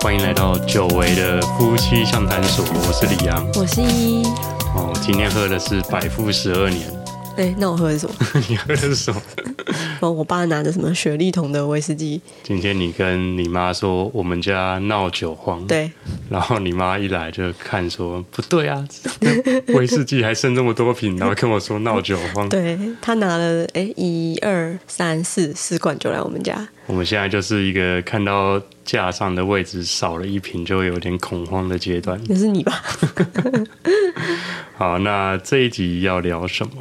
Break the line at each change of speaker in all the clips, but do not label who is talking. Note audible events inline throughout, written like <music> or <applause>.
欢迎来到久违的夫妻相谈所，我是李阳。
我是一。
哦，今天喝的是百富十二年， <laughs>
哎、那我喝 <laughs> 的什么？
你喝的是什么？
哦，我爸拿着什么雪莉桶的威士忌？
今天你跟你妈说我们家闹酒荒，，
对，
然后你妈一来就看说不对啊，这威士忌还剩这么多瓶，然后跟我说闹酒荒。
对他拿了哎一二三四四罐酒来我们家，
我们现在就是一个看到架上的位置少了一瓶就会有点恐慌的阶段。
那是你 <laughs> 吧？
好，那这一集要聊什么？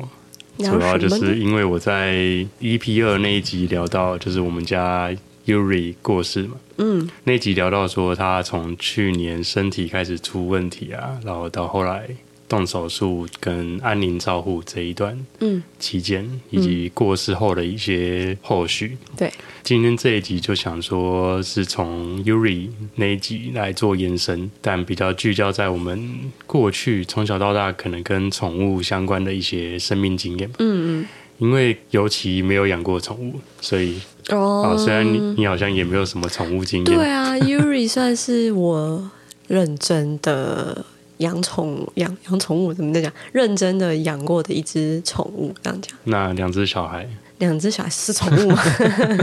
聊
主要就
什么
是
呢
因为我在 EP 二那一集聊到，就是我们家 Yuri 过世嘛，
嗯，
那集聊到说他从去年身体开始出问题啊，然后到后来动手术跟安宁照护这一段，
嗯，
期间以及过世后的一些后续。
对，
今天这一集就想说是从 Yuri 那一集来做延伸，但比较聚焦在我们过去从小到大可能跟宠物相关的一些生命经验吧。
嗯
因为尤其没有养过宠物，所以
嗯，
啊、
哦，
虽然你你好像也没有什么宠物经
对
验，
啊，Yuri 算是我认真的养宠养养宠物，怎么在讲？认真的养过的一只宠物，这样讲，
那两只小孩，
两只小孩是宠物吗？ <laughs>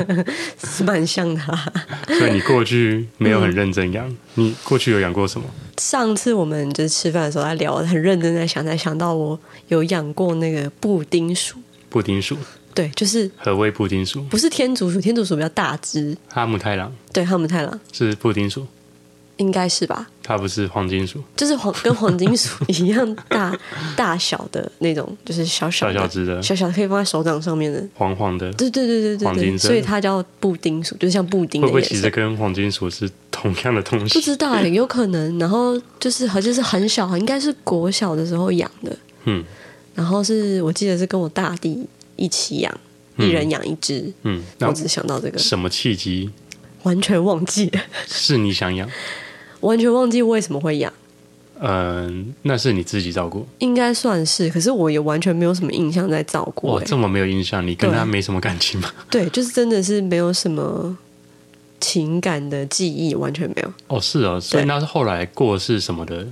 是蛮像的啦。
所以你过去没有很认真养，
嗯
你过去有养过什么？
上次我们就是吃饭的时候在聊，很认真在想，才想到我有养过那个布丁鼠，
布丁鼠，
对，就是
何谓布丁鼠？
不是天竺鼠，天竺鼠比较大只，
哈姆太郎
对，哈姆太郎
是布丁鼠，
应该是吧，
它不是黄金鼠，
就是黄跟黄金鼠一样大大小的那种，就是小
小
小的
小只的，
小小的可以放在手掌上面的，
黄黄的，
对对对对
黄
对
金
对，
色
所以它叫布丁鼠，就像布丁
会
的
不会
颜
其
色
实。跟黄金鼠是同样的东
不
西？
知道哎、有可能。然后就是好像是很小，应该是国小的时候养的，
嗯
然后是我记得是跟我大弟一起养，
嗯
一人养一只。
嗯，
我
那
只想到这个，
什么契机
完全忘记 <laughs> 了，
是你想养？
完全忘记为什么会养，
嗯、那是你自己照顾。
应该算是。可是我也完全没有什么印象在照顾、
哇，
欸。
这么没有印象，你跟
对
它没什么感情吗？
对，就是真的是没有什么情感的记忆，完全没有。
<laughs> 哦，是哦，所以
对
那是后来过世什么的，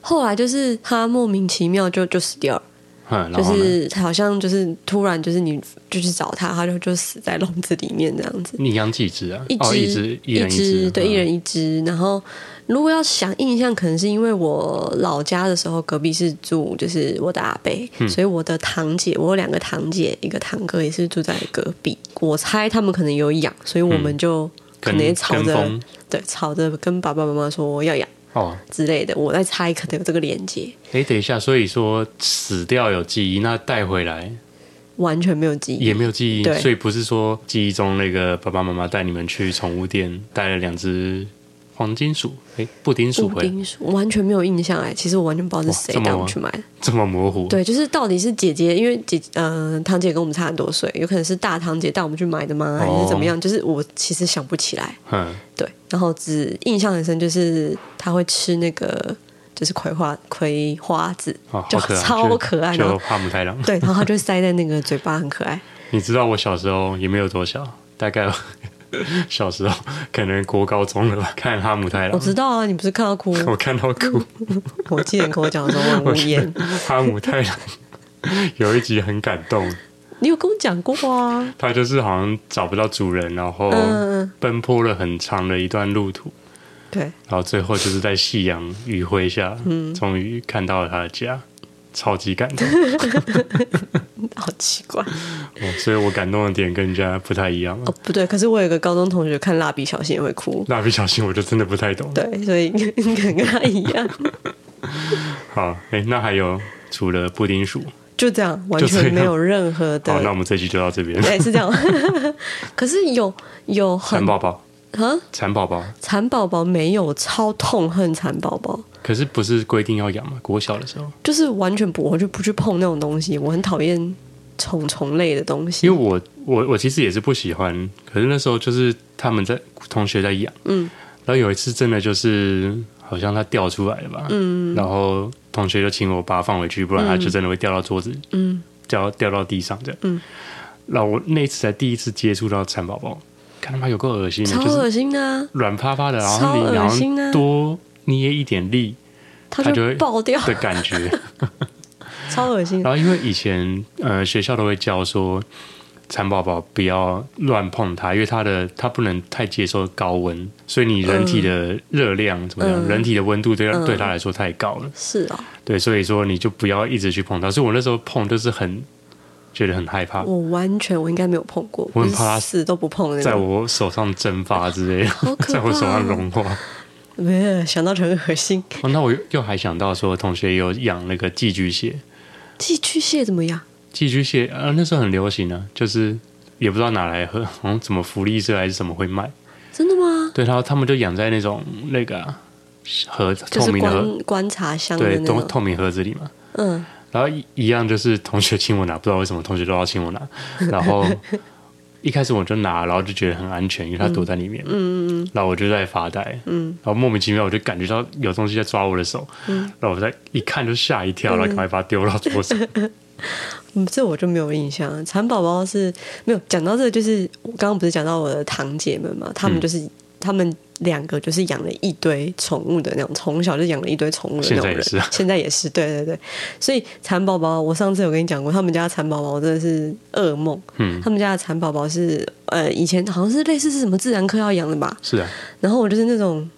后来就是他莫名其妙就就死掉了，
嗯，然
就
后呢？
是好像就是突然就是你就去找他，他就就死在笼子里面这样子。
你养几只啊？
一只、
哦，一只，一人只，
只，对，一
嗯
人一只。然后如果要想印象，可能是因为我老家的时候，隔壁是住就是我的阿伯，
嗯
所以我的堂姐，我有两个堂姐，一个堂哥也是住在隔壁。我猜他们可能有养，所以我
嗯
们就可
跟
能也吵
跟
着、
风
对，吵着跟爸爸妈妈说要养
哦，
之类的。我在猜，可能有这个连接，
哎，等一下，所以说死掉有记忆，那带回来
完全没有记忆
也。没有记忆，
对
所以不是说记忆中那个爸爸妈妈带你们去宠物店带了两只黄金鼠，哎，布丁鼠
布
回来，
丁鼠完全没有印象哎，其实我完全不知道
哇
是谁
这么
带我
吗
去买的。
这么模糊，
对，就是到底是姐姐，因为姐嗯、堂姐跟我们差很多岁，有可能是大堂姐带我们去买的
哦
吗？还是怎么样？就是我其实想不起来，
嗯，
对。然后只印象很深，就是她会吃那个就是葵花葵花籽，
哦，
就
好可爱，
超
就
可爱然
就
后
哈姆太郎。
对，然后她就塞在那个嘴巴，很
<laughs>
可爱。
你知道我小时候也没有多小，大概 <laughs> 小时候可能国高中了吧，看哈姆太
我
郎，
知道啊，你不是看到
<laughs>
哭？
我看到哭。
我记得你跟我讲的时候，
<laughs>
我很无言。
哈姆太郎 <laughs> 有一集很感动，
你有跟我讲过啊？
他就是好像找不到主人，然后
嗯嗯
奔波了很长的一段路途，
对，
然后最后就是在夕阳余晖下，
嗯
终于看到了他的家，超级感
<laughs>
动。
好奇怪
哦所以我感动的点跟人家不太一样。
哦，不对。可是我有个高中同学看《蜡笔小新》也会哭，
蜡笔小新我就真的不太懂。
对，所以你可能跟他一样。
好，哎，那还有除了布丁鼠，
就这样，完
就这样
全没有任何
好，那我
的。
们这期就到这边。
对，是这样。 <laughs> 可是有有
蚕
很
宝宝，
啊，
蚕宝宝，
蚕宝宝没有超痛恨蚕宝宝，
可是不是规定要养吗？国小的时候。
就是完全不，我就不去碰那种东西。我很讨厌虫虫类的东西
因为。我我我其实也是不喜欢，可是那时候就是他们在同学在养，
嗯，
然后有一次真的就是好像它掉出来了吧，嗯，然后同学就请我把它放回去，不然它就真的会掉到桌子，
嗯，
掉掉到地上这样，
嗯，
然后我那一次才第一次接触到蚕宝宝，看他妈有够恶心的，
超
就是
恶心的、啊，
软趴趴的，然
超
后
恶
你然
心啊
后多捏一点力
它
它就会
爆掉，
的感觉。
超恶心的。
然后因为以前呃学校都会教说，蚕宝宝不要乱碰它，因为它的它不能太接受高温，所以你人体的热量怎么样，
嗯
人体的温度对它、
嗯
对它来说太高了，
是哦，
对，所以说你就不要一直去碰它。所以我那时候碰就是很觉得很害怕，
我完全我应该没有碰过，
我很
是
怕它
死都不碰的那
在
种。
我手上蒸发之类的，
<laughs> 好可怕
在
哦
我手上融化。
没有想到就很恶心。
哦那我又又还想到说，同学有养那个寄居蟹，
寄居蟹怎么样？
寄居蟹呃那时候很流行啊，就是也不知道哪来喝，好像怎么福利社还是什么会卖。
真的吗？
对，然后他们就养在那种那个啊盒子，
就
透
是
明的盒，
观观察箱的
对，
那
透
种。
透明盒子里嘛。
嗯，
然后一一样就是同学亲我拿，不知道为什么同学都要亲我 <laughs> 拿。然后一开始我就拿，然后就觉得很安全，因为它躲在里面。嗯嗯。然后我就在发呆，嗯。然后莫名其妙我就感觉到有东西在抓我的手，嗯。然后我再一看就吓一跳，然后赶快把它丢到桌 <laughs> 上。
嗯，这我就没有印象了。蚕宝宝是没有讲到这个，就是我刚刚不是讲到我的堂姐们嘛，她
嗯
们就是、她们两个就是养了一堆宠物的那种，从小就养了一堆宠物的那种
现在也
人。
是啊
现在也是，对对对。所以蚕宝宝，我上次有跟你讲过，他们家的蚕宝宝真的是噩梦。
嗯
他们家的蚕宝宝是呃，以前好像是类似是什么自然科要养的吧，
是啊，
然后我就是那种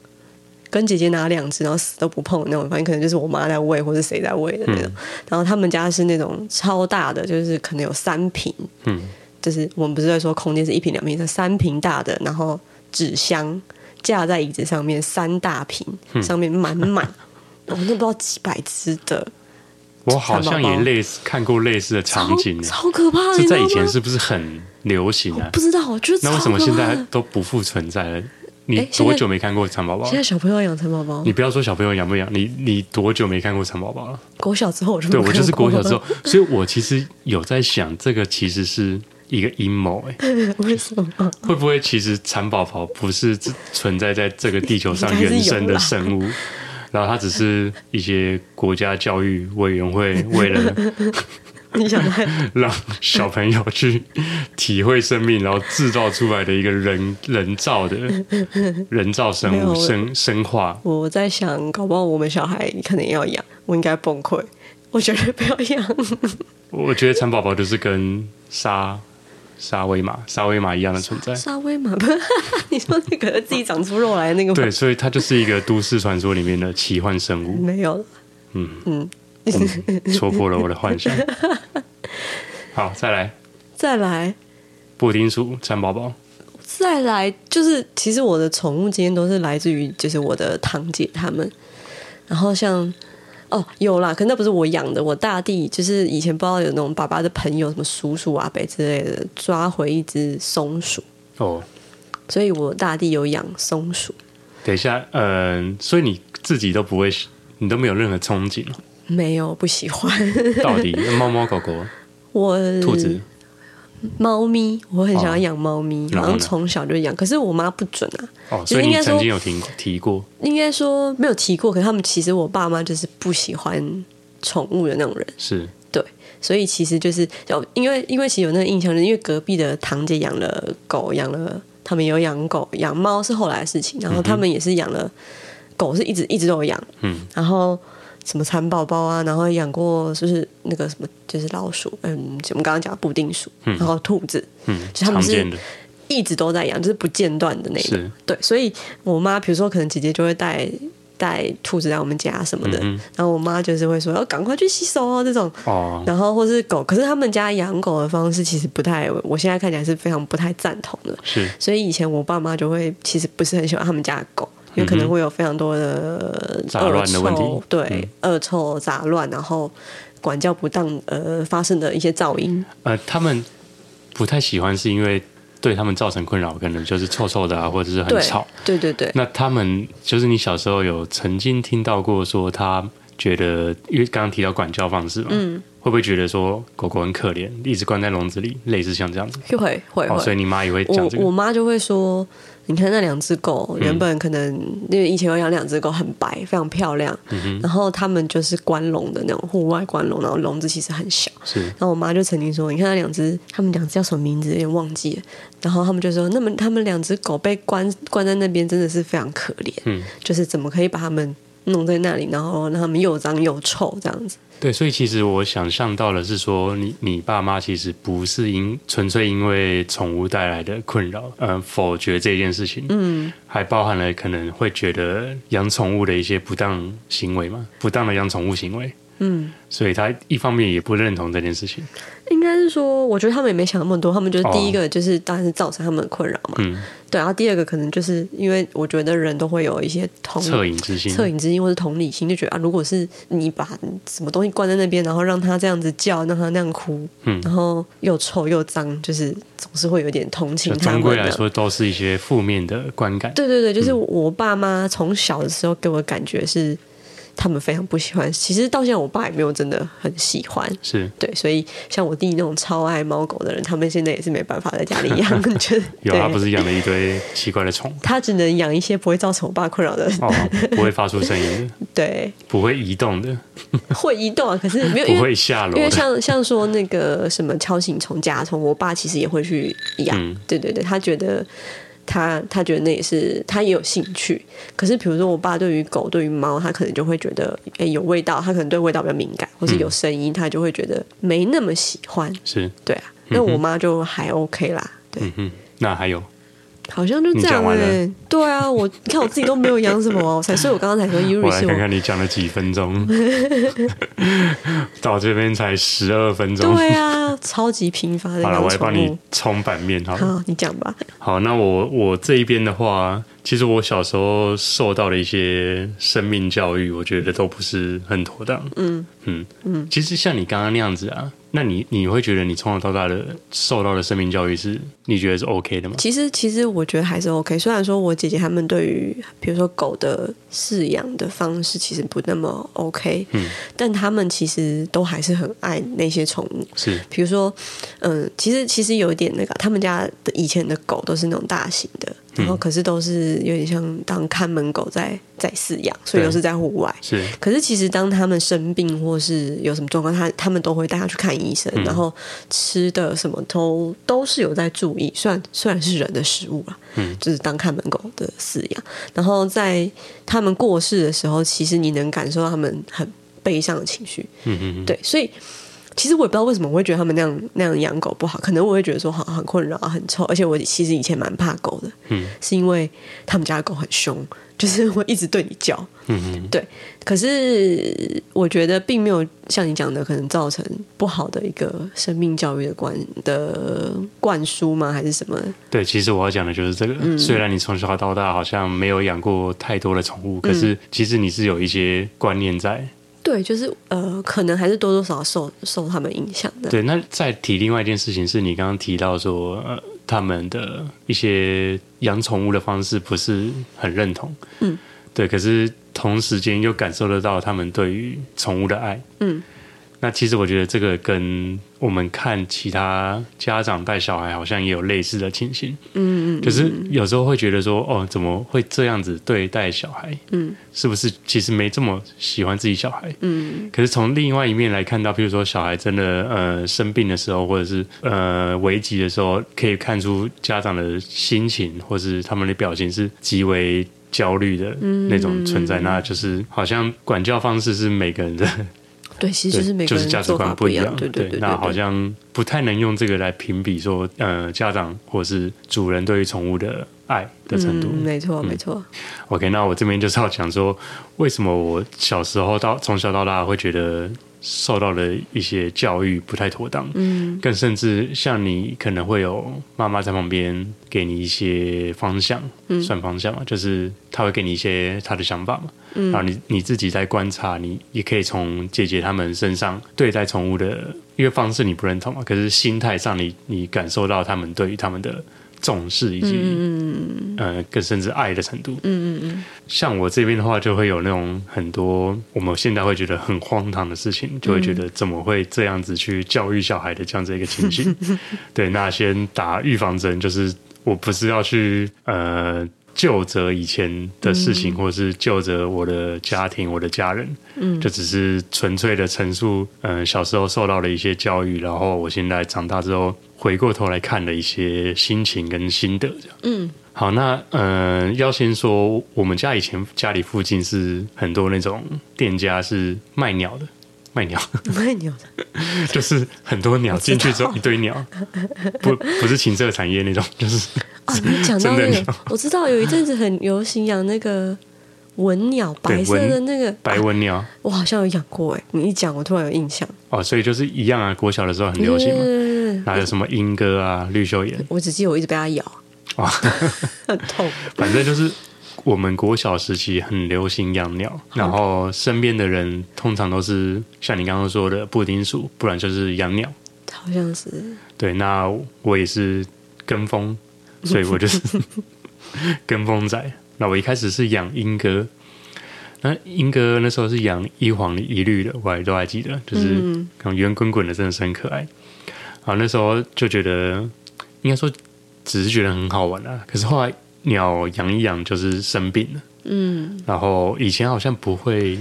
跟姐姐拿两只，然后死都不碰的那种，反正可能就是我妈在喂，或是谁在喂的那种。然后他们家是那种超大的，就是可能有三瓶，
嗯，
就是我们不是在说空间是一瓶、两瓶，是三瓶大的，然后纸箱架在椅子上面，三大瓶上面满 <laughs> 满，我那不知道几百只的，
我好像
蚕宝
也
宝
类似看过类似的场
超
景呢。
超可怕的，
这
你知
在
道
以前
吗
是不是很流行啊？
不知道，我觉得
那为什么
超可
现
怕
在
的
都不复存在了？你
哎现在
多久没看过蚕宝宝了
现？在小朋友养蚕宝宝
你？不要说小朋友养不养，你你多久没看过蚕宝宝了？
国小之后我就
对
没
我
看
就是国
过
小之
了
后，所以我其实有在想，这个其实是一个阴谋、哎，
为什么？
会不会其实蚕宝宝不是只存在在这个地球
<laughs>
上
应该是有
原生的
啦
生物？然后它只是一些国家教育委员会为了
<laughs> 你想太
让小朋友去体会生命，然后制造出来的一个人人造的人造
没
生
有
物
我
生生化，
我在想，搞不好我们小孩可能要养，我应该崩溃。我绝对不要养，
我觉得蚕宝宝就是跟沙沙威玛、沙威玛一样的存在。
沙威玛不是？ <laughs> 你说那个自己长出肉来的那个吗
对，所以它就是一个都市传说里面的奇幻生物。
没有了。
嗯，戳破了我的幻
<laughs>
想。好，再来
再来，
布丁鼠蚕宝宝。
再来，就是其实我的宠物经验都是来自于就是我的堂姐他们，然后像哦有啦，可那不是我养的，我大弟就是以前不知道有那种爸爸的朋友什么叔叔啊、伯之类的抓回一只松鼠，
哦，
所以我大弟有养松鼠。
等一下，嗯、所以你自己都不会，你都没有任何憧憬哦，
没有不喜欢
到底猫猫狗狗、
我
兔
嗯
子，
猫咪，我很想要养猫咪，
哦然
好
后呢
像从小就养，可是我妈不准啊。
哦，
其
所
实
以
应
你
该
曾
说
经，有提提过，
应该说没有提过，可是他们其实我爸妈就是不喜欢宠物的那种人，
是
对，所以其实就是就因为因为其实有那个印象，就是因为隔壁的堂姐养了狗，养了他们有养狗，养猫是后来的事情，然后他们也是养了狗，是一直一直都有养，
嗯，
然后什么蚕宝宝啊，然后养过就是那个什么就是老鼠，嗯，我们刚刚讲的布丁鼠，然后兔子，
嗯，
就他们
常
是
见的，
一直都在养，就是不间断的那种。
是
对，所以我妈比如说可能姐姐就会带带兔子来我们家什么的，
嗯
然后我妈就是会说要赶快去洗手哦这种，
哦，
然后或是狗，可是他们家养狗的方式其实不太，我现在看起来是非常不太赞同的。
是
所以以前我爸妈就会其实不是很喜欢他们家的狗，因为可能会有非常多的
嗯杂乱的问题嗯
恶臭对，恶臭杂乱，然后管教不当呃发生的一些噪音。
呃，他们不太喜欢，是因为对他们造成困扰，可能就是臭臭的啊，或者是很
对
吵。，
对对对，
那他们就是你小时
嗯
候有曾经听到过说他觉得，因为刚刚提到管教方式嘛，会不会觉得说狗狗很可怜，一直关在笼子里，类似像这样子？
会会会
哦，所以你妈也会讲
我
这
我
个，嗯
妈就会说，你看那两只狗，原本可能、因为以前有养两只狗，很白，非常漂亮，
嗯
然后它们就是关笼的那种户外关笼，然后笼子其实很小。
是
然后我妈就曾经说，你看那两只，它们两只叫什么名字有点忘记了。然后他们就说，那么它们两只狗被关关在那边，真的是非常可怜，
嗯
就是怎么可以把它们弄在那里，然后让它们又脏又臭这样子。
对，所以其实我想象到的是说，你你爸妈其实不是因纯粹因为宠物带来的困扰，呃，否决这件事情，嗯，还包含了可能会觉得养宠物的一些不当行为嘛，不当的养宠物行为，
嗯，
所以他一方面也不认同这件事情，
应该是说，我觉得他们也没想那么多，他们就是
哦
第一个就是当然是造成他们的困扰嘛，
嗯，
对，然后第二个可能就是因为我觉得人都会有一些同
恻隐之心，
恻隐之心或是同理心，就觉得啊，如果是你把什么东西关在那边，然后让它这样子叫，让它那样哭，
嗯
然后又臭又脏，就是总是会有点同情
就
他
终
们
归
的
来。说嗯都是一些负面的观感，
对对对，就是我爸妈从小的时候给我的感觉是，他们非常不喜欢。其实到现在，我爸也没有真的很喜欢。
是
对，所以像我弟那种超爱猫狗的人，他们现在也是没办法在家里养，就是
<laughs> 有啊他不
对，
是养了一堆奇怪的虫，
他只能养一些不会造成我爸困扰的，
哦，不会发出声音的，
对，
不会移动的，
会移动啊，可是没 <laughs> 有，因
不
为
会下楼
因
的，
为像像说那个什么锹形虫、甲虫，我爸其实也会去养，
嗯
对对对，他觉得。他他觉得那也是他也有兴趣，可是比如说我爸对于狗对于猫，他可能就会觉得诶有味道，他可能对味道比较敏感，或
嗯
是有声音，他就会觉得没那么喜欢，
是，
对啊。那我妈就还 OK 啦，对。
嗯哼，那还有。
好像就这
你讲
样
完
哎、
了
对啊，我你看我自己都没有养什么啊，我才所以我刚刚才说
<laughs> 我
Yuri
来
是
看看
我，
你讲了几分钟， <laughs> 到这边才十二分钟。
对啊，超级频繁的
好了，
养
我来帮
宠
你
物。
冲版面好了。
好，你讲吧。
好，那我我这一边的话，其实我小时候受到的一些生命教育，我觉得都不是很妥当。嗯嗯嗯，其实像你刚刚那样子啊，那你你会觉得你从小到大的受到的生命教育是你觉得是 OK 的吗？
其实其实我觉得还是 OK，虽然说我姐姐她们对于比如说狗的饲养的方式其实不那么 OK，
嗯，
但她们其实都还是很爱那些宠物。
是
比如说，嗯，其实其实有一点那个，他们家的以前的狗都是那种大型的，
嗯
然后可是都是有点像当看门狗在在饲养，所以
对
都是在户外。
是，
可是其实当他们生病或是有什么状况，他他们都会带他去看医生，
嗯
然后吃的什么都都是有在注意，虽然虽然是人的食物啊，
嗯
就是当看门狗的饲养。然后在他们过世的时候，其实你能感受到他们很悲伤的情绪，
嗯嗯嗯，
对，所以。其实我也不知道为什么我会觉得他们那样那样养狗不好，可能我会觉得说好很困扰、很臭，而且我其实以前蛮怕狗的，
嗯
是因为他们家的狗很凶，就是会一直对你叫，
嗯嗯，
对，可是我觉得并没有像你讲的，可能造成不好的一个生命教育的灌的灌输吗？还是什么？
对，其实我要讲的就是这个。
嗯
虽然你从小到大好像没有养过太多的宠物，可
嗯
是其实你是有一些观念在。
对，就是呃，可能还是多多少少受受他们影响的。
对，那再提另外一件事情，是你刚刚提到说，呃，他们的一些养宠物的方式不是很认同。
嗯，
对，可是同时间又感受得到他们对于宠物的爱。
嗯，
那其实我觉得这个跟我们看其他家长带小孩好像也有类似的情形。
嗯，嗯
就是有时候会觉得说，哦，怎么会这样子对待小孩？
嗯，
是不是其实没这么喜欢自己小孩？
嗯，
可是从另外一面来看到，譬如说小孩真的呃生病的时候，或者是呃危急的时候，可以看出家长的心情或是他们的表情是极为焦虑的那种存
嗯
在。那就是好像管教方式是每个人的
对，其实
对，
就是每个人
价值
做法
观不
一
样，
对对对。
那
对
好像不太能用这个来评比说，呃，家长或是主人对于宠物的爱的程度。
嗯，没错没错。 <laughs>
OK，那我这边就是要讲说，为什么我小时候到从小到大会觉得受到的一些教育不太妥当，嗯，更甚至像你可能会有妈妈在旁边给你一些方向，嗯，算方向嘛，就是她会给你一些她的想法嘛，嗯，然后你你自己在观察，你也可以从姐姐她们身上对待宠物的一个方式你不认同嘛，可是心态上你你感受到他们对于他们的。重视以及、嗯、呃更甚至爱的程度。嗯嗯嗯。像我这边的话，就会有那种很多我们现在会觉得很荒唐的事情，就会觉得怎么会这样子去教育小孩的这样子一个情形。对，那先打预防针，就是我不是要去呃。就着以前的事情，或者是就着我的家庭、我的家人，嗯，就只是纯粹的陈述，嗯、呃，小时候受到的一些教育，然后我现在长大之后回过头来看的一些心情跟心得，这样，嗯。好，那嗯、呃，要先说，我们家以前家里附近是很多那种店家是卖鸟的。卖鸟， <laughs>
卖鸟的，
就是很多鸟进去之后一堆鸟，不不是禽舍产业那种，就是
哦，你讲到那个，我知道有一阵子很流行养那个文鸟，白色的那个
白文鸟、啊，
我好像有养过哎，你一讲我突然有印象
哦，所以就是一样啊，国小的时候很流行
嗯
嘛，哪有什么莺歌啊、绿袖眼，
我只记得我一直被它咬，哇、哦，很痛，
<laughs> 反正就是。我们国小时期很流行养鸟，然后身边的人通常都是像你刚刚说的布丁鼠，不然就是养鸟，
好像是。
对，那我也是跟风，所以我就是 <laughs> 跟风仔。那我一开始是养莺哥，那莺哥那时候是养一黄一绿的，我还都还记得，
嗯
就是圆滚滚的，真的是很可爱。啊，那时候就觉得，应该说只是觉得很好玩啊，可是后来。鸟养一养就是生病了，嗯，然后以前好像不会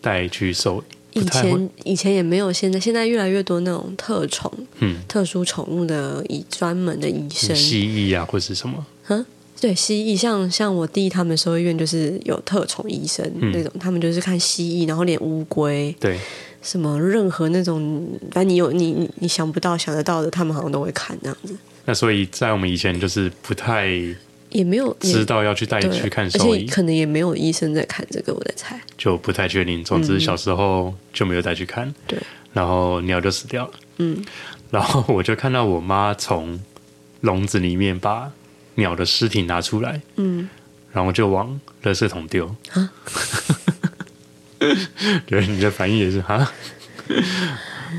带去收，
以前以前也没有，现在现在越来越多那种特宠，嗯，特殊宠物的以专门的医生，
蜥蜴啊或是什么，
嗯，对，蜥蜴，像像我弟他们收医院就是有特宠医生、嗯、那种，他们就是看蜥蜴，然后连乌龟，
对。
什么任何那种，反正你有你你你想不到想得到的，他们好像都会看那样子。
那所以在我们以前就是不太。
也啊没有
知道要去带去看兽医，
可能也没有医生在看这个，我在猜，
就不太确定。总之小时候就没有带去看，
嗯对、嗯，
然后鸟就死掉了，
嗯，
然后我就看到我妈从笼子里面把鸟的尸体拿出来，
嗯，
然后就往垃圾桶丢，
啊，
<laughs> 对，你的反应也是哈。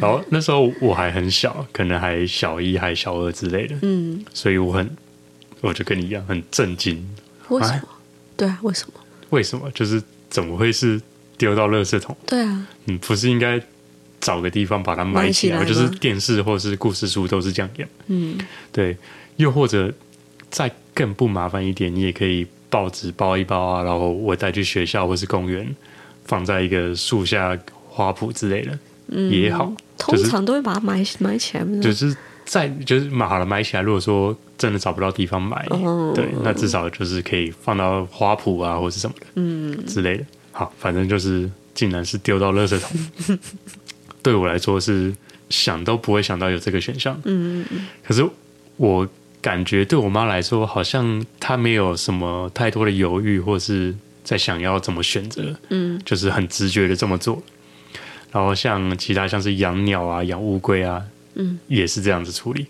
然后那时候我还很小，可能还小一还小二之类的，
嗯，
所以我很。我就跟你一样很震惊，
为什么？对啊，为什么？
为什么？就是怎么会是丢到垃圾桶？
对啊，
你嗯不是应该找个地方把它埋
起
来？就是电视或是故事书都是这样演。
嗯，
对。又或者再更不麻烦一点，你也可以报纸包一包啊，然后我带去学校或是公园，放在一个树下、花圃之类的、
嗯、
也好。
通常都会把它埋埋起来，
就是。再就是买好了买起来，如果说真的找不到地方买，oh.
哦
对，那至少就是可以放到花圃啊，或是什么的，
嗯，
之类的。好，反正就是竟然是丢到垃圾桶， <laughs> 对我来说是想都不会想到有这个选项，
嗯嗯
可是我感觉对我妈来说，好像她没有什么太多的犹豫，或是在想要怎么选择，
嗯，
就是很直觉的这么做。然后像其他像是养鸟啊、养乌龟啊。
嗯，
也是这样子处理，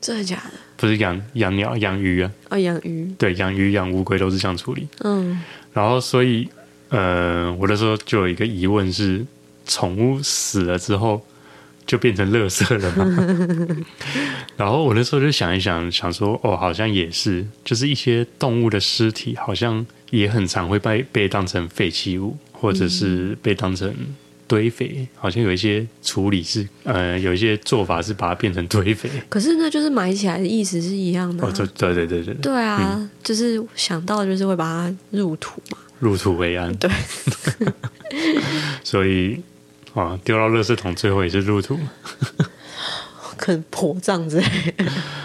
真的假的？
不是养养鸟、养鱼啊，
啊、哦，养鱼，
对，养鱼、养乌龟都是这样处理。
嗯，
然后所以，呃，我那时候就有一个疑问是：宠物死了之后就变成垃圾了吗？然后我那时候就想一想，想说，哦，好像也是，就是一些动物的尸体，好像也很常会被被当成废弃物，或者是被当成。堆肥好像有一些处理是，呃，有一些做法是把它变成堆肥。
可是那就是埋起来的意思是一样的、啊。
哦，对对对对对。
对啊，嗯、就是想到就是会把它入土嘛。
入土为安。
对。
<laughs> 所以啊，丢到垃圾桶最后也是入土。
可能火葬之类的。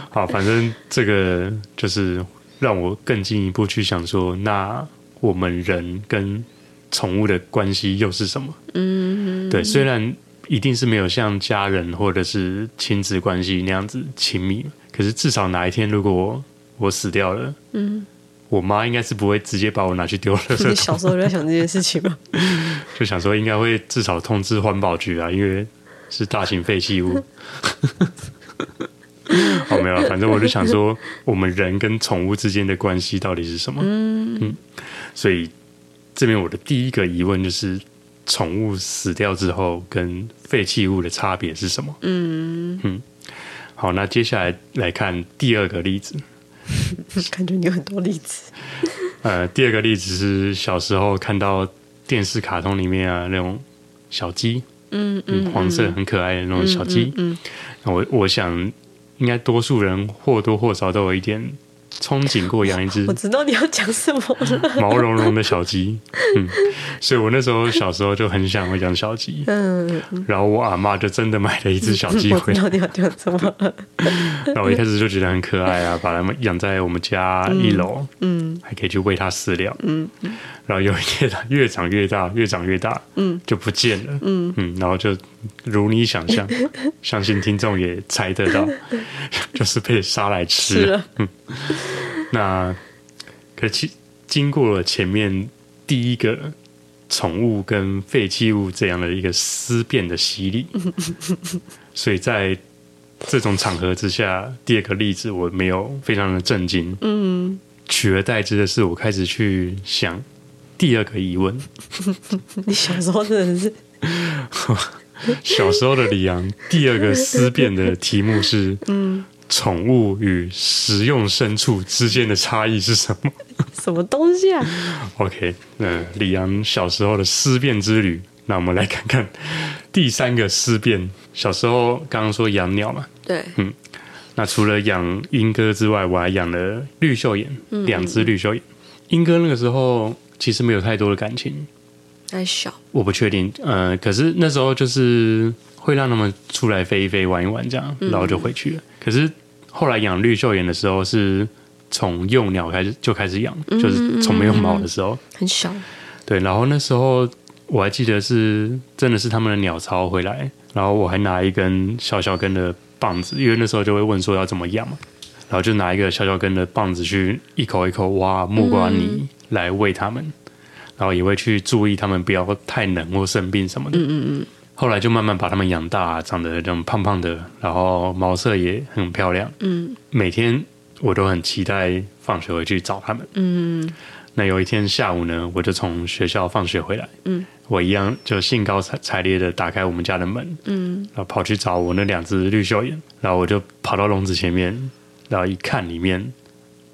好，反正这个就是让我更进一步去想说，那我们人跟。宠物的关系又是什么？
嗯，
对，虽然一定是没有像家人或者是亲子关系那样子亲密，可是至少哪一天如果我死掉了，
嗯，
我妈应该是不会直接把我拿去丢了。
你小时候就在想这件事情吗？
就想说应该会至少通知环保局啊，因为是大型废弃物。哦，没有、啊，反正我就想说，我们人跟宠物之间的关系到底是什么？
嗯
嗯，所以。这边我的第一个疑问就是，宠物死掉之后跟废弃物的差别是什么？
嗯
嗯，好，那接下来来看第二个例子。
<laughs> 感觉你有很多例子。
呃，第二个例子是小时候看到电视卡通里面啊那种小鸡，
嗯
嗯，黄色很可爱的那种小鸡。
嗯，
我我想，应该多数人或多或少都有一点憧憬过养一只
我知道你要讲什么了。
毛茸茸的小鸡，嗯，所以我那时候小时候就很想会养小鸡，
嗯，
然后我阿妈就真的买了一只小鸡
我
回
知
来，
<laughs> 道你要讲什么 <laughs> 了。
<laughs> 然后我一开始就觉得很可爱
<laughs>
啊，把它们养在我们家一楼，
嗯
还可以去喂它饲料，
嗯
然后有一天它 <laughs> 越长越大，越长越大，
嗯，
就不见了，
嗯
嗯，然后就如你想
<laughs>
象，相信听众也猜得到，就是被杀来吃
吃了
嗯，那可其经过了前面第一个宠物跟废弃物这样的一个思辨的洗礼，所以在这种场合之下，第二个例子我没有非常的震惊，
嗯，
取而代之的是我开始去想第二个疑问。
<laughs> 你小时候真的是
小时候的李阳，第二个思辨的题目是：嗯，宠物与食用牲畜之间的差异是什么
什么东西啊？
？OK，那李阳小时候的思辨之旅，那我们来看看第三个思辨。小时候刚刚说养鸟嘛，
对，
那除了养莺歌之外，我还养了绿袖眼，两只绿袖眼。莺歌那个时候其实没有太多的感情，
还小，
我不确定，呃，可是那时候就是会让他们出来飞一飞、玩一玩这样，然后就回去了。可是后来养绿袖眼的时候，是从幼鸟开始就开始养，就是从没有毛的时候，
很小，
对。然后那时候我还记得是真的是他们的鸟巢回来，然后我还拿一根小小根的棒子，因为那时候就会问说要怎么养嘛，然后就拿一个小小根的棒子去一口一口挖木瓜泥来喂它们，然后也会去注意它们不要太冷或生病什么的。嗯嗯嗯。后来就慢慢把它们养大，长得这种胖胖的，然后毛色也很漂亮。
嗯
每天我都很期待放学回去找他们。
嗯
那有一天下午呢，我就从学校放学回来，
嗯，
我一样就兴高采采烈的打开我们家的门，
嗯
然后跑去找我那两只绿袖眼，然后我就跑到笼子前面，然后一看里面，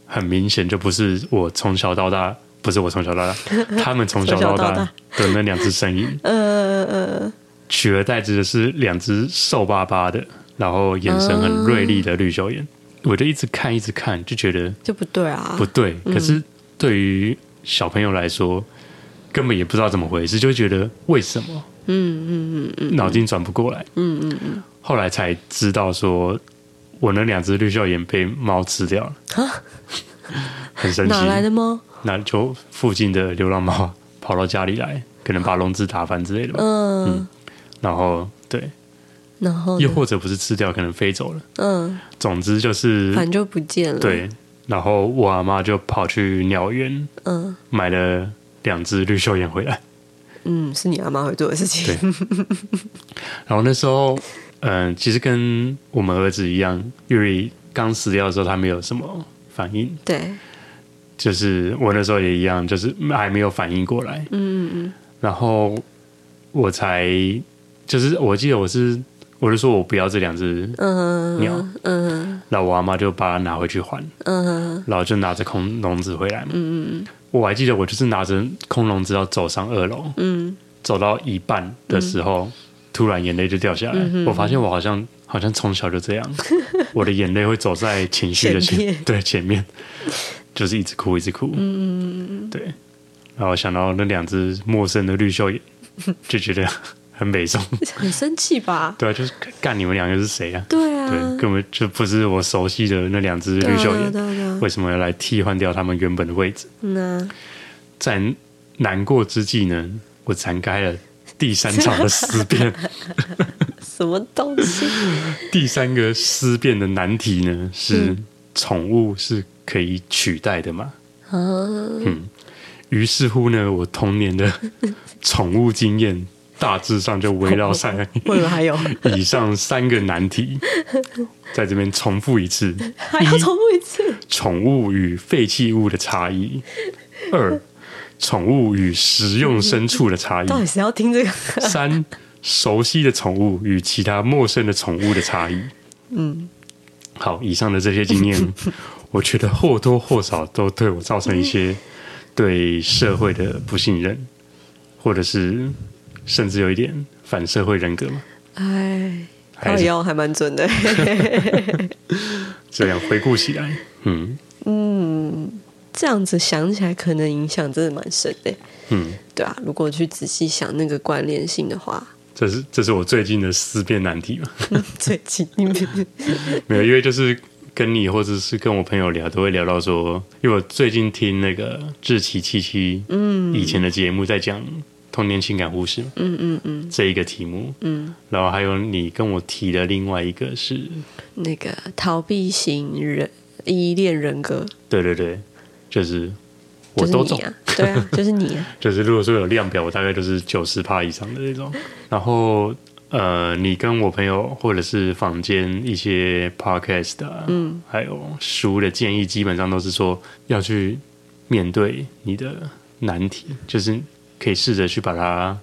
很明显就不是我从小到大，不是我从小
<laughs>
到大，他们从小到
从小
大
到大
的那两只身影，
呃呃，
取而代之的是两只瘦巴巴的，然后眼神很锐利的绿袖眼，我就一直看一直看，就觉得
就不对啊，
不对。可是对于小朋友来说，根本也不知道怎么回事，就觉得为什么？嗯嗯嗯嗯，脑筋转不过来。嗯嗯嗯。后来才知道说，我那两只绿袖眼被猫吃掉了，
啊，
很神奇。
哪来的猫？
那就附近的流浪猫 <laughs> 跑到家里来，可能把笼子打翻之类的吧。
嗯，哦
然后对，
然后呢
又或者不是吃掉，可能飞走了。
嗯，
总之就是
反正就不见了。，
对。然后我阿妈就跑去鸟园
嗯
买了两只绿袖眼回来。
嗯，是你阿妈会做的事情。
对然后那时候，嗯、其实跟我们儿子一样，因为刚死掉的时候他没有什么反应，
对，
就是我那时候也一样，就是还没有反应过来。
嗯嗯
然后我才就是我记得我是我就说我不要这两只，
嗯
鸟
嗯嗯
然后我阿妈就把它拿回去还，
嗯
然后就拿着空笼子回来嘛。嗯嗯我还记得我就是拿着空笼子要走上二楼，
嗯，
走到一半的时候，突然眼泪就掉下来。我发现我好像好像从小就这样，我的眼泪会走在情绪的前
前面
对前面，就是一直哭一直哭。嗯对。然后想到那两只陌生的绿袖眼，就觉得 <laughs> 很美中。
很生气吧？
对啊，就是干你们两个是谁啊？
对啊，
对，根本就不是我熟悉的那两只绿袖
对啊
眼
对啊对啊，
为什么要来替换掉他们原本的位置？
那
在难过之际呢，我展开了第三场的思
<laughs>
辨。
什么东
<laughs>
西？
第三个思辨的难题呢是：宠物是可以取代的吗？
嗯，
于是乎呢，我童年
<laughs>
的宠物经验大致上就围绕
<laughs>
上
我以为还有，
以上三个难题，在这边重复一次：
还要重复一次。
宠物与废弃物的差异；二，宠物与食用牲畜的差异；
到底谁要听这个？
三，熟悉的宠物与其他陌生的宠物的差异。嗯，好，以上的这些经
<laughs>
验，我觉得或多或少都对我造成一
嗯
些对社会的不信任，或者是甚至有一点反社会人格嘛。
哎，
还
哎
是
呦，还蛮
<laughs>
准的。 <laughs>
这样回顾起来，嗯
这样子想起来，可能影响真的蛮深的，
嗯，
对啊，如果去仔细想那个关联性的话， <laughs>
这是这是我最近的思辨难题嘛。
最近
没有，因为就是跟你或者是跟我朋友聊，都会聊到说，因为我最近听那个志奇七七，嗯，以前的节目在讲童年情感故事，嗯嗯嗯，这一个题目，嗯，然后还有你跟我提的另外一个是，
那个逃避型人依恋人格，
对对对，就是我
就是
都懂
你，啊，对啊，就是你啊， <laughs>
就是如果说有量表，我大概就是九十趴以上的那种。然后呃，你跟我朋友或者是坊间一些 podcast 啊，嗯，还有书的建议，基本上都是说要去面对你的难题，就是可以试着去把它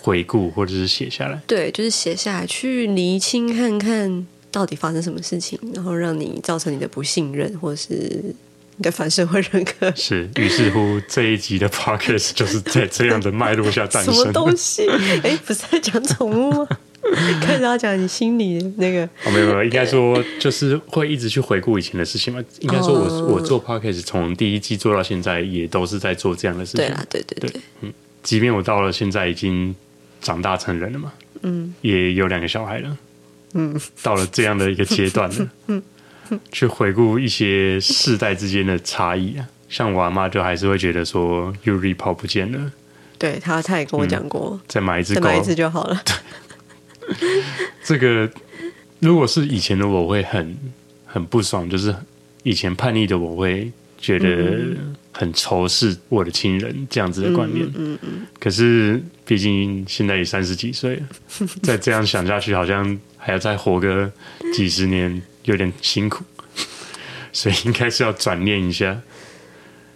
回顾或者是写下来。
对，就是写下来去厘清看看到底发生什么事情，然后让你造成你的不信任或是你的反社会人
<laughs>
格，
是，于是乎这一集的 <laughs> podcast 就是在这样的脉络下诞
什么
生。
东西？哎，不是在讲宠物吗？ <laughs> 开始要讲你心里的那个
哦，没有没有，应该说就是会一直去回顾以前的事情嘛。应该说我、
哦
我做 podcast 从第一季做到现在，也都是在做这样的事情。
对啦，对对
对嗯
对，
即便我到了现在已经长大成人了嘛，嗯，也有两个小孩了，嗯，到了这样的一个阶段了， <laughs> 嗯，去回顾一些世代之间的差异啊。像我阿妈就还是会觉得说，Uri 跑不见了，
对他他也跟我讲过，
再买一只
再
狗，
买一次就好了。 <laughs>
这个如果是以前的我会很很不爽，就是以前叛逆的我会觉得很仇视我的亲人这样子的观念。嗯嗯嗯可是毕竟现在也三十几 <laughs> 岁了，再这样想下去，好像还要再活个几十年，有点辛苦。 <laughs> 所以应该是要转念一下。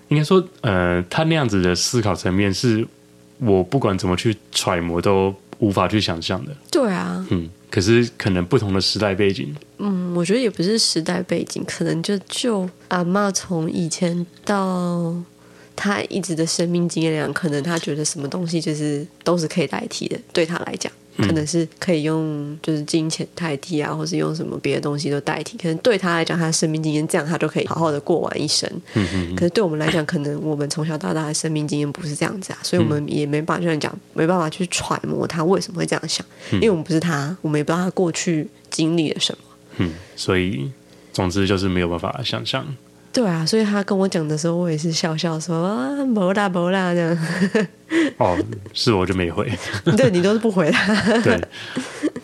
应该说，呃，他那样子的思考层面是我不管怎么去揣摩都无法去想象的。
对啊，
嗯，可是可能不同的时代背景，
嗯，我觉得也不是时代背景，可能就就阿嬷从以前到她一直的生命经验来讲，可能她觉得什么东西就是都是可以代替的，对她来讲。可能是可以用就是金钱代替啊，或是用什么别的东西都代替。可能对她来讲，她的生命经验这样，她就可以好好的过完一生。嗯嗯。可是对我们来讲，可能我们从小到大的生命经验不是这样子啊，所以我们也没办法这样讲，没办法去揣摩她为什么会这样想，因为我们不是她，我们也不知道她过去经历了什么。
嗯，所以总之就是没有办法想象。
对啊，所以他跟我讲的时候，我也是笑笑说啊，没啦没啦这样。 <laughs>
哦，是我就没回。
对你都是不回答，
对，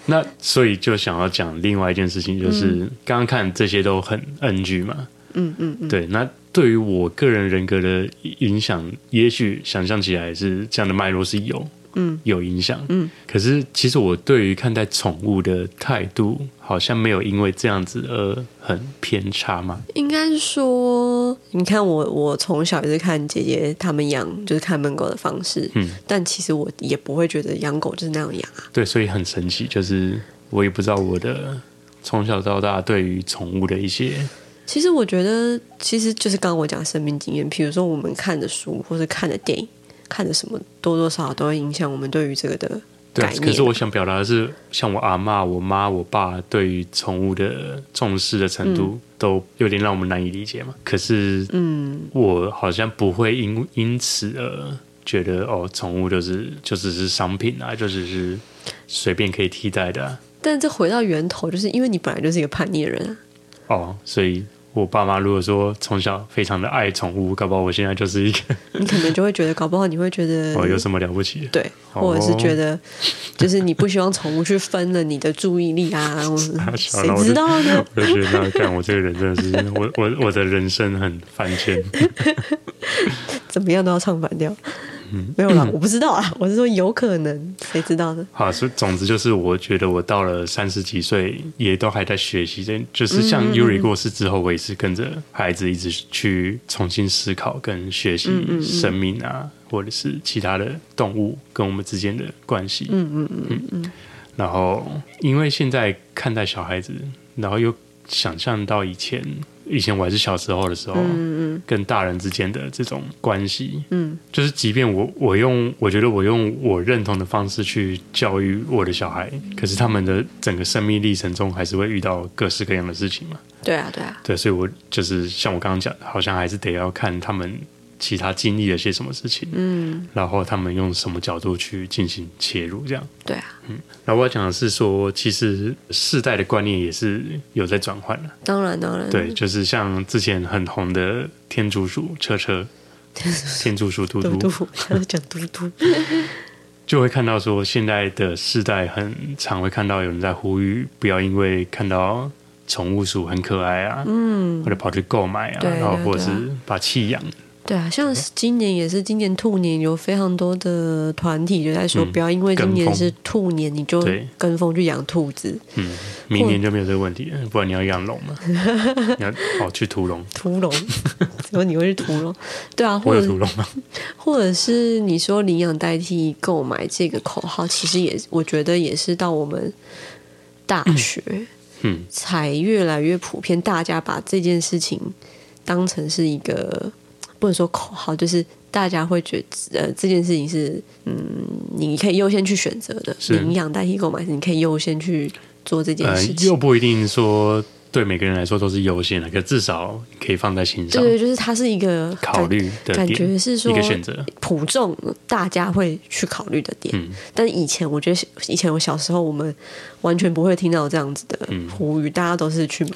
那所以就想要讲另外一件事情，就是刚刚看这些都很 NG 嘛，
嗯嗯嗯，
对，那对于我个人人格的影响，也许想象起来是这样的脉络是有，嗯，有影响，嗯。可是其实我对于看待宠物的态度，好像没有因为这样子而很偏差嘛。
应该是说，你看我我从小也是看姐姐他们养，就是看门狗的方式，嗯，但其实我也不会觉得养狗就是那样养啊，
对，所以很神奇，就是我也不知道我的从小到大对于宠物的一些，
其实我觉得，其实就是刚刚我讲的生命经验，比如说我们看的书或是看的电影，看的什么，多多少少都会影响我们对于这个的
对啊
概。念。
可是我想表达的是，像我阿嬷、我妈、我爸对于宠物的重视的程度，都有点让我们难以理解嘛。可是，嗯，我好像不会因因此而觉得哦，宠物就是就只是商品啊，就只是随便可以替代的啊、
但这回到源头，就是因为你本来就是一个叛逆的人啊，
哦，所以。我爸妈如果说从小非常的爱宠物，搞不好我现在就是一个
你可能就会觉得，搞不好你会觉得
哦，有什么了不起的？
对，
哦
或者是觉得就是你不希望宠物去分了你的注意力啊，我
<laughs> 小
谁
了我就
知道呢？
<laughs> 我就觉得，那干我这个人真的是，我我我的人生很翻篇。
怎么样都要唱反调，
嗯
没有啦，我不知道啊，我是说有可能，谁知道呢？
好，所以总之就是，我觉得我到了三十几岁，也都还在学习。这就是
嗯
像 Yuri 过世之后，我也是跟着孩子一直去重新思考跟学习
嗯
生命啊，或者是其他的动物跟我们之间的关系。嗯嗯嗯嗯。然后，因为现在看待小孩子，然后又想象到以前，以前我还是小时候的时候，
嗯嗯
跟大人之间的这种关系，
嗯，
就是即便我我用我觉得我用我认同的方式去教育我的小孩，可是他们的整个生命历程中还是会遇到各式各样的事情嘛。
对啊对啊，
对，所以我就是像我刚刚讲的，好像还是得要看他们其他经历了些什么事情，
嗯
然后他们用什么角度去进行切入这样。
对啊，
然后我要讲的是说，其实世代的观念也是有在转换的。
当然当然，
对，就是像之前很红的天竺鼠车车、天竺鼠嘟
嘟嘟
嘟，，
他在讲嘟嘟，
就会看到说，现在的世代很常会看到有人在呼吁，不要因为看到宠物鼠很可爱啊，
嗯，
或者跑去购买啊，
对
然后
对
或者
对啊
是把弃养。
对啊，像是今年也是今年兔年，有非常多的团体就在说，
嗯
不要因为今
跟
年
风
是兔年，你就
对
跟风去养兔子、
<laughs> 嗯，明年就没有这个问题了，不然你要养龙
<laughs>
嘛？你要哦去屠龙，
屠龙，怎么你会去屠龙？对啊，
我
或
有
者
屠龙吗？
或者是你说领养代替购买这个口号，其实也我觉得也是到我们大学
嗯，
才越来越普遍，大家把这件事情当成是一个不能说口号，就是大家会觉得呃这件事情是嗯你可以优先去选择的，
是
领养代替购买，你可以优先去做这件
呃
事，情。
又不一定说对每个人来说都是优先的，可至少可以放在心上
对，对，就是它是一个
考虑的
感
点，
觉是说
一个选择。
普众大家会去考虑的点。
嗯
但以前我觉得，以前我小时候，我们完全不会听到这样子的呼吁，大家都是去买，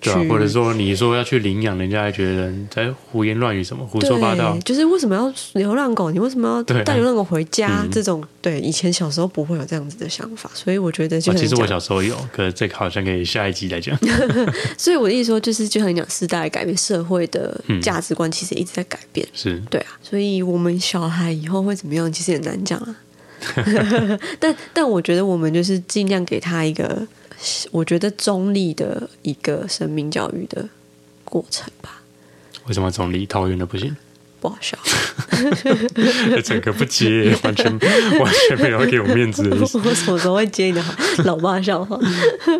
对、啊
去，
或者说你说要去领养，人家还觉得你在胡言乱语什么，胡说八道啊
对，。就是为什么要流浪狗？你为什么
对啊
要带流浪狗回家？
嗯
这种对，以前小时候不会有这样子的想法，所以我觉得就
啊、
像
其
你
实我
讲，
小时候有，可是这个好像可以下一集来讲。 <laughs>
所以我的意思说，就是就像你讲，时代改变，社会的
嗯
价值观其实一直在改变。
是，
对啊，所以我们小孩以后会怎么样，其实也难讲啊。 <laughs> 但但我觉得我们就是尽量给他一个，我觉得中立的一个生命教育的过程吧，
为什么总理桃园的不行？ <laughs>
不好笑。
整个不
<laughs>
接，完全完全没有给我面子的意思。
我什么时候会接你的好 <laughs> 老爸笑话？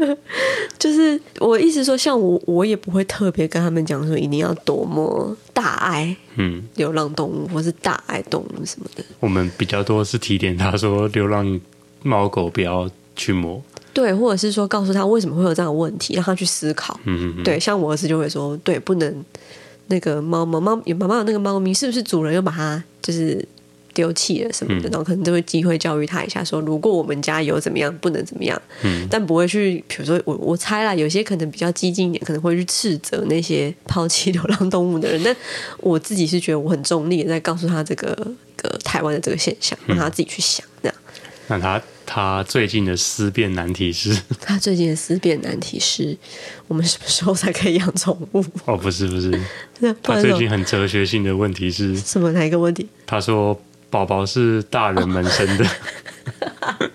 <laughs> 就是我意思说，像我我也不会特别跟他们讲说一定要多么大爱
嗯，
流浪动物，或是大爱动物什么的。
我们比较多是提点他说，流浪猫狗不要去摸。
对，或者是说告诉他为什么会有这样的问题，让他去思考。
嗯，嗯，
对，像我儿子就会说，对，不能那个猫猫猫妈妈有那个猫咪，是不是主人又把它就是丢弃了什么的？
嗯
然后可能就会机会教育他一下说，如果我们家有怎么样，不能怎么样，
嗯
但不会去，比如说我我猜啦，有些可能比较激进一点，可能会去斥责那些抛弃流浪动物的人。但我自己是觉得我很中立，在告诉他这个个台湾的这个现象，
嗯
让他自己去想。这样， <laughs>
那他他最近的思辨难题是，
他最近的思辨难题是我们什么时候才可以养宠物？ <laughs>
哦，不是不是，
不
他
然
最
怎么
近很哲学性的问题是，
什么哪一个问题？
他说宝宝是大人们生的，
<laughs>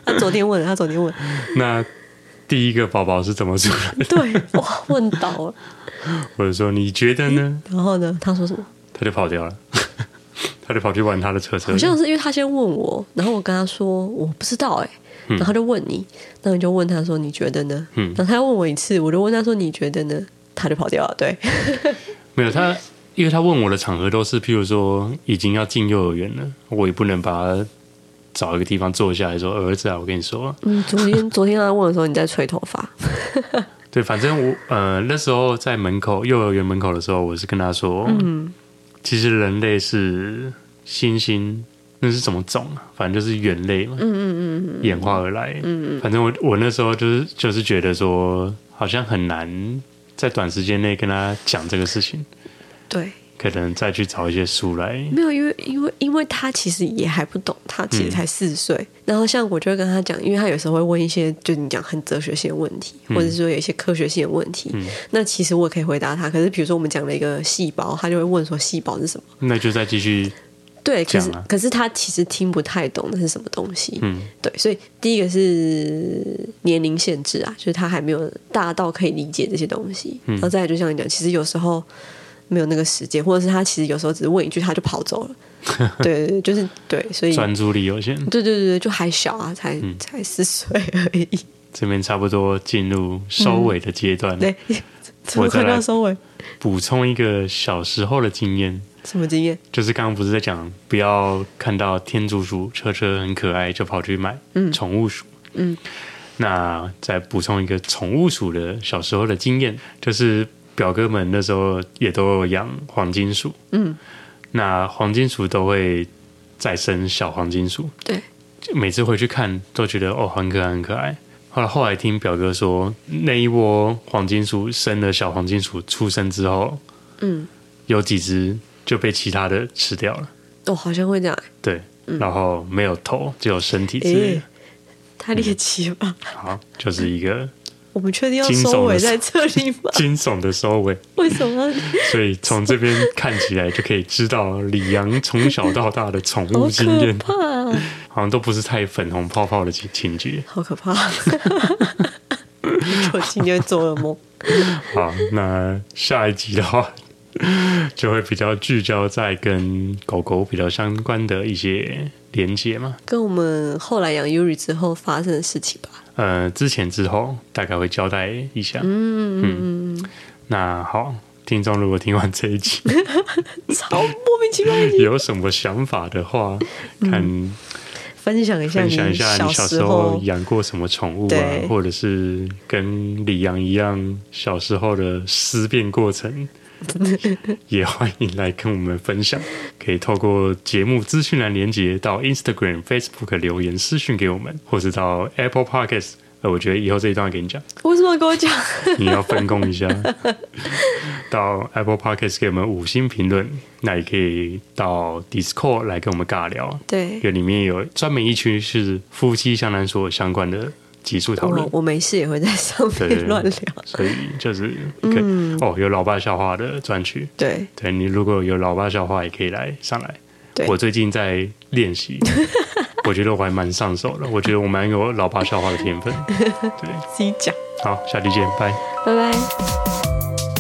他昨天问，他昨天 <laughs> 问，
那第一个宝宝是怎么出来的？ <laughs>
对，哇，问倒了。
或者说你觉得呢？
然后呢，他说什么？
他就跑掉了， <laughs> 他就跑去玩他的车车
好。像是因为他先问我，然后我跟他说我不知道哎、然后他就问你，那你就问他说你觉得呢？
嗯
然后他又问我一次，我就问他说你觉得呢？他就跑掉了。对，
没有他，因为他问我的场合都是，譬如说已经要进幼儿园了，我也不能把他找一个地方坐下来说儿子啊，我跟你说，
嗯， <laughs> 昨天昨天他问的时候你在吹头发，
对，反正我呃那时候在门口幼儿园门口的时候，我是跟他说，
嗯，
其实人类是猩猩，那是什么种啊？反正就是猿类嘛，嗯嗯嗯，演化而来，嗯嗯。反正我我那时候就是就是觉得说，好像很难在短时间内跟他讲这个事情，
对，
可能再去找一些书来，
没有，因为因为因为他其实也还不懂，他其实才四岁。然后像我就会跟他讲，因为他有时候会问一些就你讲很哲学性的问题，或者是说有一些科学性的问题。那其实我可以回答他，可是比如说我们讲了一个细胞，他就会问说细胞是什么？
那就再继续，
对，可是
讲啊
可是他其实听不太懂那是什么东西。
嗯
对，所以第一个是年龄限制啊，就是他还没有大到可以理解这些东西。
嗯
然后再来就像你讲，其实有时候没有那个时间，或者是他其实有时候只是问一句他就跑走
<laughs>
了。对对对，就是对，所以
专注力有限，嗯
对对对，对就还小啊，才、才四岁而已。
这边差不多进入收尾的阶段，
对，怎么快到收尾？
补充一个小时候的经验，
什么经验？
就是刚刚不是在讲不要看到天竺鼠车车很可爱就跑去买宠物鼠，
嗯，
那再补充一个宠物鼠的小时候的经验，就是表哥们那时候也都有养黄金鼠，
嗯，
那黄金鼠都会再生小黄金鼠，
对，
每次回去看都觉得哦很可爱很可爱。后来后来听表哥说，那一窝黄金鼠生了小黄金鼠出生之后，
嗯，
有几只就被其他的吃掉了，
我、好像会这样、欸，
对，然后没有头，只有身体之类的
诶。太猎奇了吧？
好，就是一个
我们确定要
嗯惊悚的？
收尾在这里吗
<laughs> 惊悚的收
<laughs>
尾。
为什么要？
所以从这边看起来就可以知道，李阳从小到大的宠
<laughs> 好
物经
可
验
怕啊、
好像都不是太粉红泡泡的情情节。
好可怕！ <laughs> 我今天做噩梦。
好，那下一集的话， <laughs> 就会比较聚焦在跟狗狗比较相关的一些连接嘛。
跟我们后来养 Yuri 之后发生的事情吧。
呃，之前之后大概会交代一下。
嗯嗯
那好，听众如果听完这一
<laughs>
集
嗯，超莫名其妙的
有什么想法的话，
嗯
看
<laughs> 分享一下
分
你
享一下你小
时
时候养过什么宠物啊
对，
或者是跟李阳一样小时候的思辨过
<laughs>
程，也欢迎来跟我们分享。可以透过节目资讯栏连接到 Instagram、Facebook 留言私讯给我们，或是到 Apple Podcast。呃，我觉得以后这一段要给你
<laughs>
讲，
为什么要跟我讲？
你要分工一下。到 Apple Podcast 给我们五星评论，那也可以到 Discord 来跟我们尬聊。
对，
有里面有专门一区是夫妻相谈所相关的集数讨
<laughs>
论
我，我没事也会在上
对对
面
对
乱聊。嗯
所以就是可以、哦，有老爸笑话的专区。
对
对你如果有老爸笑话，也可以来上来。
对，
我最近在练
<laughs>
习，我觉得我还蛮上手的，我觉得我蛮有老爸笑话的天分。对，
自己讲。
好，下期见，拜。
拜拜。